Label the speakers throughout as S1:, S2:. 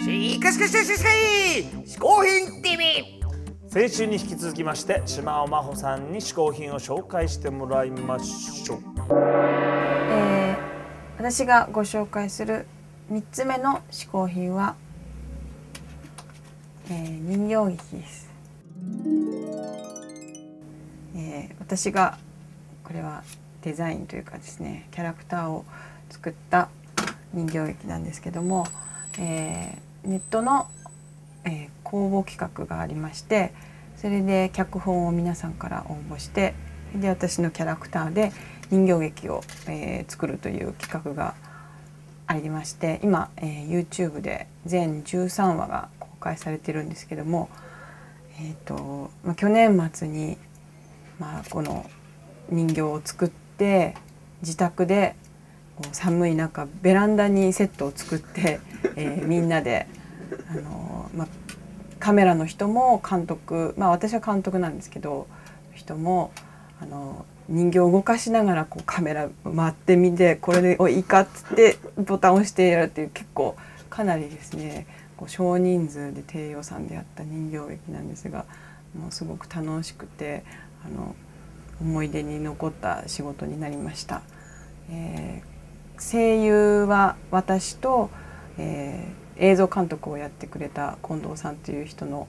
S1: シェシェシェイ嗜好品 TV
S2: 先週に引き続きまして島尾真帆さんに嗜好品を紹介してもらいましょう
S3: えー私がご紹介する3つ目の嗜好品は、えー人形劇です、えー私がこれはデザインというかですねキャラクターを作った人形劇なんですけども、えーネットの、えー公募企画がありましてそれで脚本を皆さんから応募してそれで私のキャラクターで人形劇を、えー作るという企画がありまして今、えー YouTube で全13話が公開されてるんですけども、えーとまあ、去年末に、まあ、この人形を作って自宅でこう寒い中ベランダにセットを作って、えーみんなで、あのーまあ、カメラの人も監督、まあ、私は監督なんですけど人もあの人形を動かしながらこうカメラ回ってみてこれで「おいいか」っつってボタンを押してやるっていう結構かなりですねこう少人数で低予算でやった人形劇なんですがもうすごく楽しくてあの思い出に残った仕事になりました。えー声優は私と、えー映像監督をやってくれた近藤さんという人の、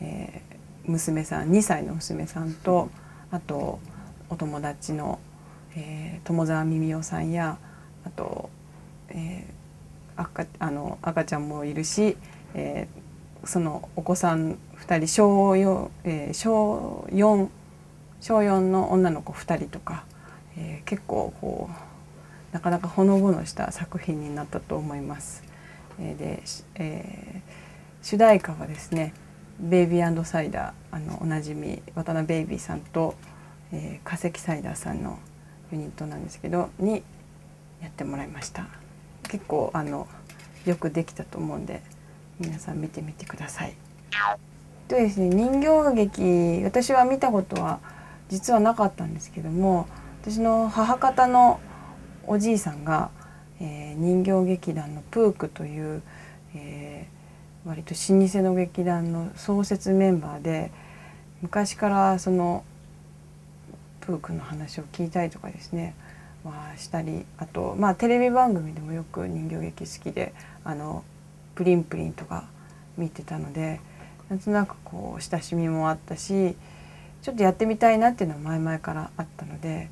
S3: えー娘さん2歳の娘さんとあとお友達の、えー友沢みみおさんやあと、えー赤あの赤ちゃんもいるし、えーそのお子さん2人小 4,、えー小4小四の女の子2人とか、えー結構こうなかなかほのぼのした作品になったと思います。えーで、しえー主題歌はですね「ベイビーサイダー」あのおなじみ渡辺ベイビーさんと、えー、化石サイダーさんのユニットなんですけどにやってもらいました結構あのよくできたと思うんで皆さん見てみてください。とですね人形劇私は見たことは実はなかったんですけども私の母方のおじいさんが、えー人形劇団のプークという、えー割と老舗の劇団の創設メンバーで昔からそのプークの話を聞いたりとかですねはしたりあと、まあ、テレビ番組でもよく人形劇好きであのプリンプリンとか見てたのでなんとなくこう親しみもあったしちょっとやってみたいなっていうのは前々からあったので、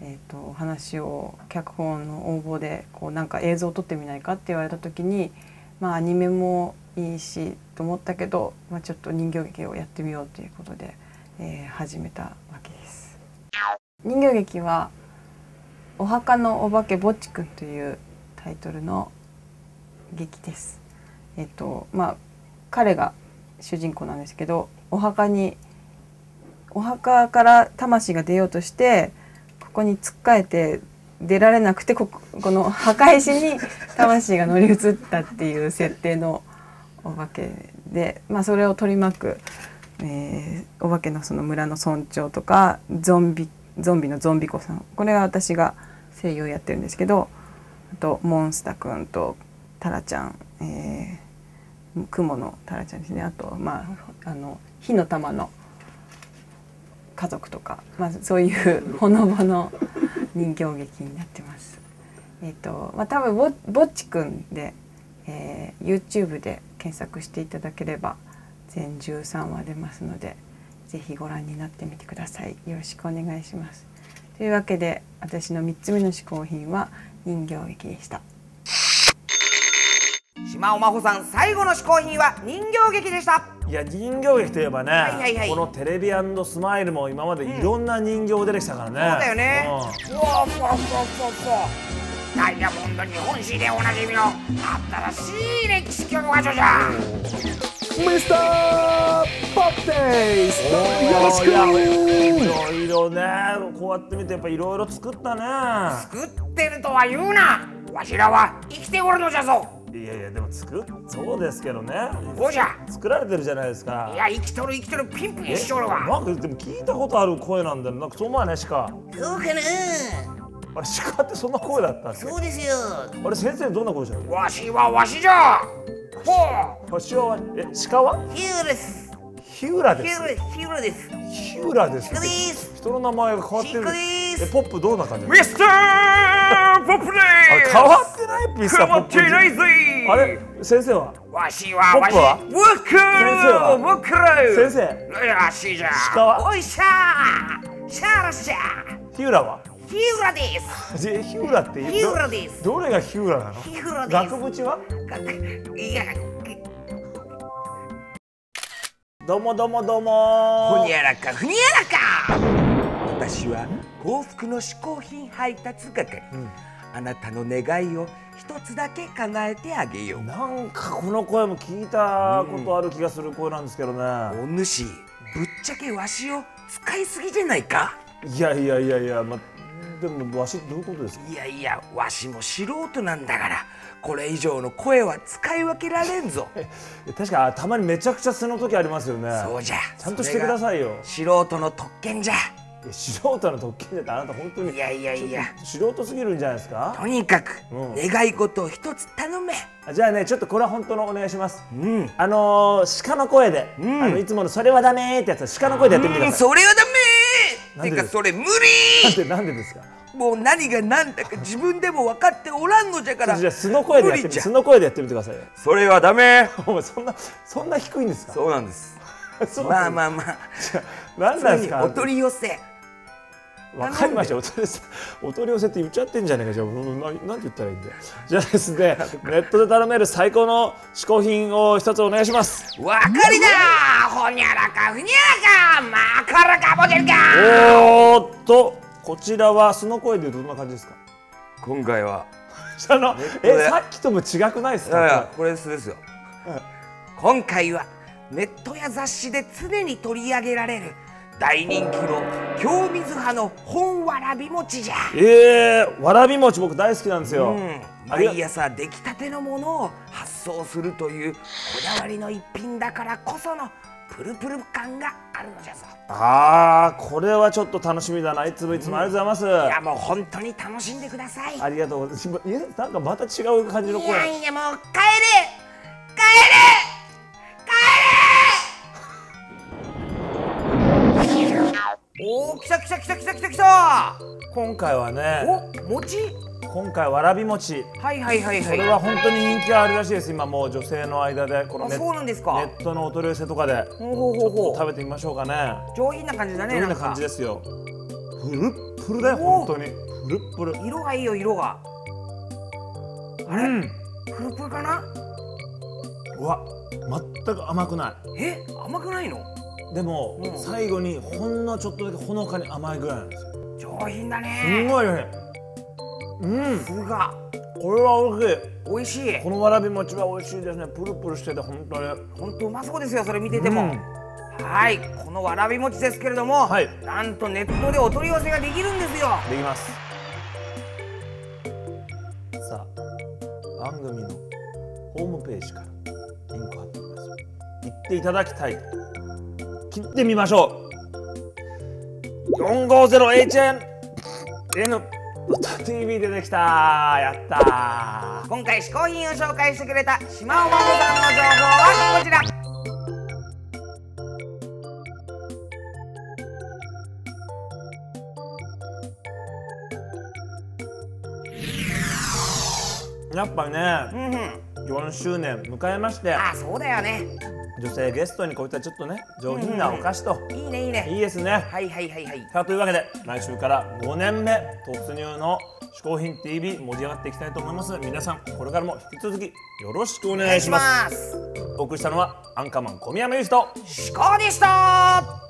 S3: えー、とお話を脚本の応募でこうなんか映像を撮ってみないかって言われた時に、まあ、アニメもいいしと思ったけど、まあ、ちょっと人形劇をやってみようということで、えー始めたわけです。人形劇は「お墓のお化けぼっちくん」というタイトルの劇です。えっとまあ、彼が主人公なんですけどお墓にお墓から魂が出ようとしてここに突っかえて出られなくてこここの墓石に魂が乗り移ったっていう設定のお化けで、まあ、それを取り巻く、えーお化けのその村の村長とかゾンビゾンビのゾンビ子さんこれは私が声優をやってるんですけどあとモンスタくんとタラちゃん、えー、雲のタラちゃんですねあと、まあ、あの火の玉の家族とか、まあ、そういうほのぼの人形劇になってます。えっ、とまあ多分ぼぼっちくんで、えー YouTube で検索していただければ全13話出ますのでぜひご覧になってみてください。よろしくお願いします。というわけで私の3つ目の嗜好品は人形劇でした。
S1: 島尾真帆さん最後の嗜好品は人形劇でした
S2: いや人形劇といえばね、
S1: いはいはい
S2: このテレビスマイルも今までいろんな人形出てきたから
S1: そ
S2: ね、
S1: うだよねうわふわふわふわふわダイヤモンド日本史でおなじみの新しい歴史教科書じゃ
S4: ミスターパッテイス
S2: うん
S4: よろしく
S2: いろいろねこうやって見てやっぱいろいろ作ったね
S1: 作ってるとは言うなわしらは生きておるのじゃぞ
S2: いやいやでも作っそうですけどね
S1: おうじゃ
S2: 作られてるじゃないですか
S1: いや生きとる生きとるピンピン
S2: え
S1: しとるわ
S2: なんかでも聞いたことある声なんだよなんかそう思わないしか
S1: そうかな
S2: あれ鹿ってそんな声だったっけ
S1: うですよ
S2: あれ先生どんな声でしたっ
S1: わしはわしじゃ
S2: け
S1: ほ
S2: 星尾はえ鹿は
S1: うヒューです
S2: 日浦
S1: ヒ
S2: で
S1: ュ
S2: す
S1: ーですヒューです
S2: 日浦です
S1: ヒューです
S2: 人の名前が変わってる
S1: シックです
S2: えポップどんな感じなの
S1: ミスターポップで
S2: あれ
S1: す
S2: 変わってないミスターポ
S1: 変わ
S2: ッ
S1: っ
S2: プ
S1: てないぜ
S2: あれ先生は
S1: わしは
S2: ポッ
S1: わし
S2: プは
S1: 僕僕
S2: 先生
S1: らしいじゃん
S2: 鹿は
S1: おいしゃーシャーラシャー
S2: 日浦は
S1: ヒューラです
S2: で日浦っていう
S1: 日浦です
S2: どどれが日浦なの
S1: ヒューラです
S2: 額縁は
S1: 学いや
S2: どうもどうもどうも
S1: ほにゃらかふにゃらか私は幸福の嗜好品配達係、あなたの願いを一つだけ叶えてあげよう
S2: なんかこの声も聞いたことある気がする声なんですけどね、
S1: お主ぶっちゃけわしを使いすぎじゃないか
S2: いやいやいやいや、ま、でもわしどういうことですか
S1: いやいやわしも素人なんだからこれ以上の声は使い分けられんぞ
S2: 確かたまにめちゃくちゃ素の時ありますよね
S1: そうじゃ
S2: ちゃんとしてくださいよ
S1: それが素人の特権じゃ
S2: いや素人の特権だってあなた本当に
S1: いやいやいや
S2: ちょっと素人すぎるんじゃないですか
S1: とにかく
S2: うん
S1: 願い事を一つ頼め
S2: あじゃあねちょっとこれは本当のお願いします
S1: うん
S2: あのー、鹿の声で、
S1: ん
S2: あのいつものそれはダメーってやつ鹿の声でやってみてく
S1: うん
S2: ださい、
S1: それはダ
S2: な
S1: メ
S2: んで
S1: て
S2: です
S1: かそれ無理
S2: なんでなんでですか
S1: もう何が何だか自分でも分かっておらんのじゃから
S2: じゃあ素の声でやって
S1: 無
S2: み
S1: 理じ
S2: て
S1: ゃ
S2: 素の声でやってみてくださいよ
S1: それはダメ
S2: お前そんなそんな低いんですか
S1: そうなんです
S2: そう
S1: まあまあまあ
S2: 何なんですか
S1: お取り寄せ
S2: わかりましたお取り寄せお取り寄せって言っちゃってんじゃねえかじゃあうんななんて言ったらいいんだよじゃあですねネットで頼める最高の嗜好品を一つお願いします
S1: わかりだほにゃらかふにゃらかまからかぼけるか
S2: おーっとこちらは素の声でどんな感じですか
S5: 今回は
S2: あの
S5: トで
S2: えさっきとも違くないです
S5: いやいや
S2: か
S5: これですですよ
S1: 今回はネットや雑誌で常に取り上げられる大人気の京水派の本わらび餅じゃ
S2: えー、わらび餅僕大好きなんですよ、
S1: うん
S2: ありが
S1: 毎朝出来たてのものを発送するというこだわりの一品だからこそのプルプル感があるのじゃぞ
S2: あーこれはちょっと楽しみだないつもいつもありがとうござい
S1: い
S2: ます、
S1: やもう本当に楽しんでくださいい
S2: ありがとうございますいやなんかまた違う感じの
S1: や
S2: 声
S1: いやもう帰れ帰れ帰れおー来た来た来た来た来た来た
S2: 今回はね
S1: お餅
S2: 今回わらび餅
S1: はいはいはいは
S2: こ
S1: い
S2: れは本当に人気があるらしいです今もう女性の間でこの
S1: あ
S2: ネ
S1: そうなんですか
S2: ネットのお取り寄せとかで
S1: ほうほう
S2: ち
S1: ほ
S2: ょ
S1: う
S2: っと
S1: ほ
S2: 食べてみましょうかね
S1: う上品な感じだ
S2: ど
S1: ね
S2: ん
S1: なん
S2: な
S1: か
S2: 感じですよプルップルだよ本当にプルップル
S1: 色がいいよ色があれ、
S2: うん
S1: プルプルかな
S2: うわ全く甘くない
S1: え甘くないの
S2: でも、
S1: うん
S2: 最後にほんのちょっとだけほのかに甘いぐらいなんですよ
S1: 上品だ
S2: す
S1: ね
S2: ごいねうん
S1: 具が
S2: これは美味しい
S1: 美味しい
S2: このわらび餅は美味しいですねプルプルしてて本当に
S1: ほんとうまそうですよそれ見てても、
S2: うん
S1: はいこのわらび餅ですけれども、
S2: はい
S1: なんとネットでお取り寄せができるんですよ
S2: できますさあ番組のホームページからリンク貼っておきます行っていただきたい切ってみましょう 450HN TV 出てきたやったー
S1: 今回試行品を紹介してくれた島尾真帆さんの情報はこちら
S2: やっぱ
S1: う
S2: ね
S1: んうん
S2: 4周年迎えまして
S1: あそうだよね
S2: 女性ゲストにこういったちょっとね上品なお菓子と
S1: いいねいいね
S2: いいですね
S1: はいはいはいはい
S2: さあというわけで来週から5年目突入の「嗜好品 TV」盛り上がっていきたいと思います皆さんこれからも引き続きよろしくお願いします
S1: す
S2: お送りしたのはアンカーマン小宮山裕人
S1: 試行でした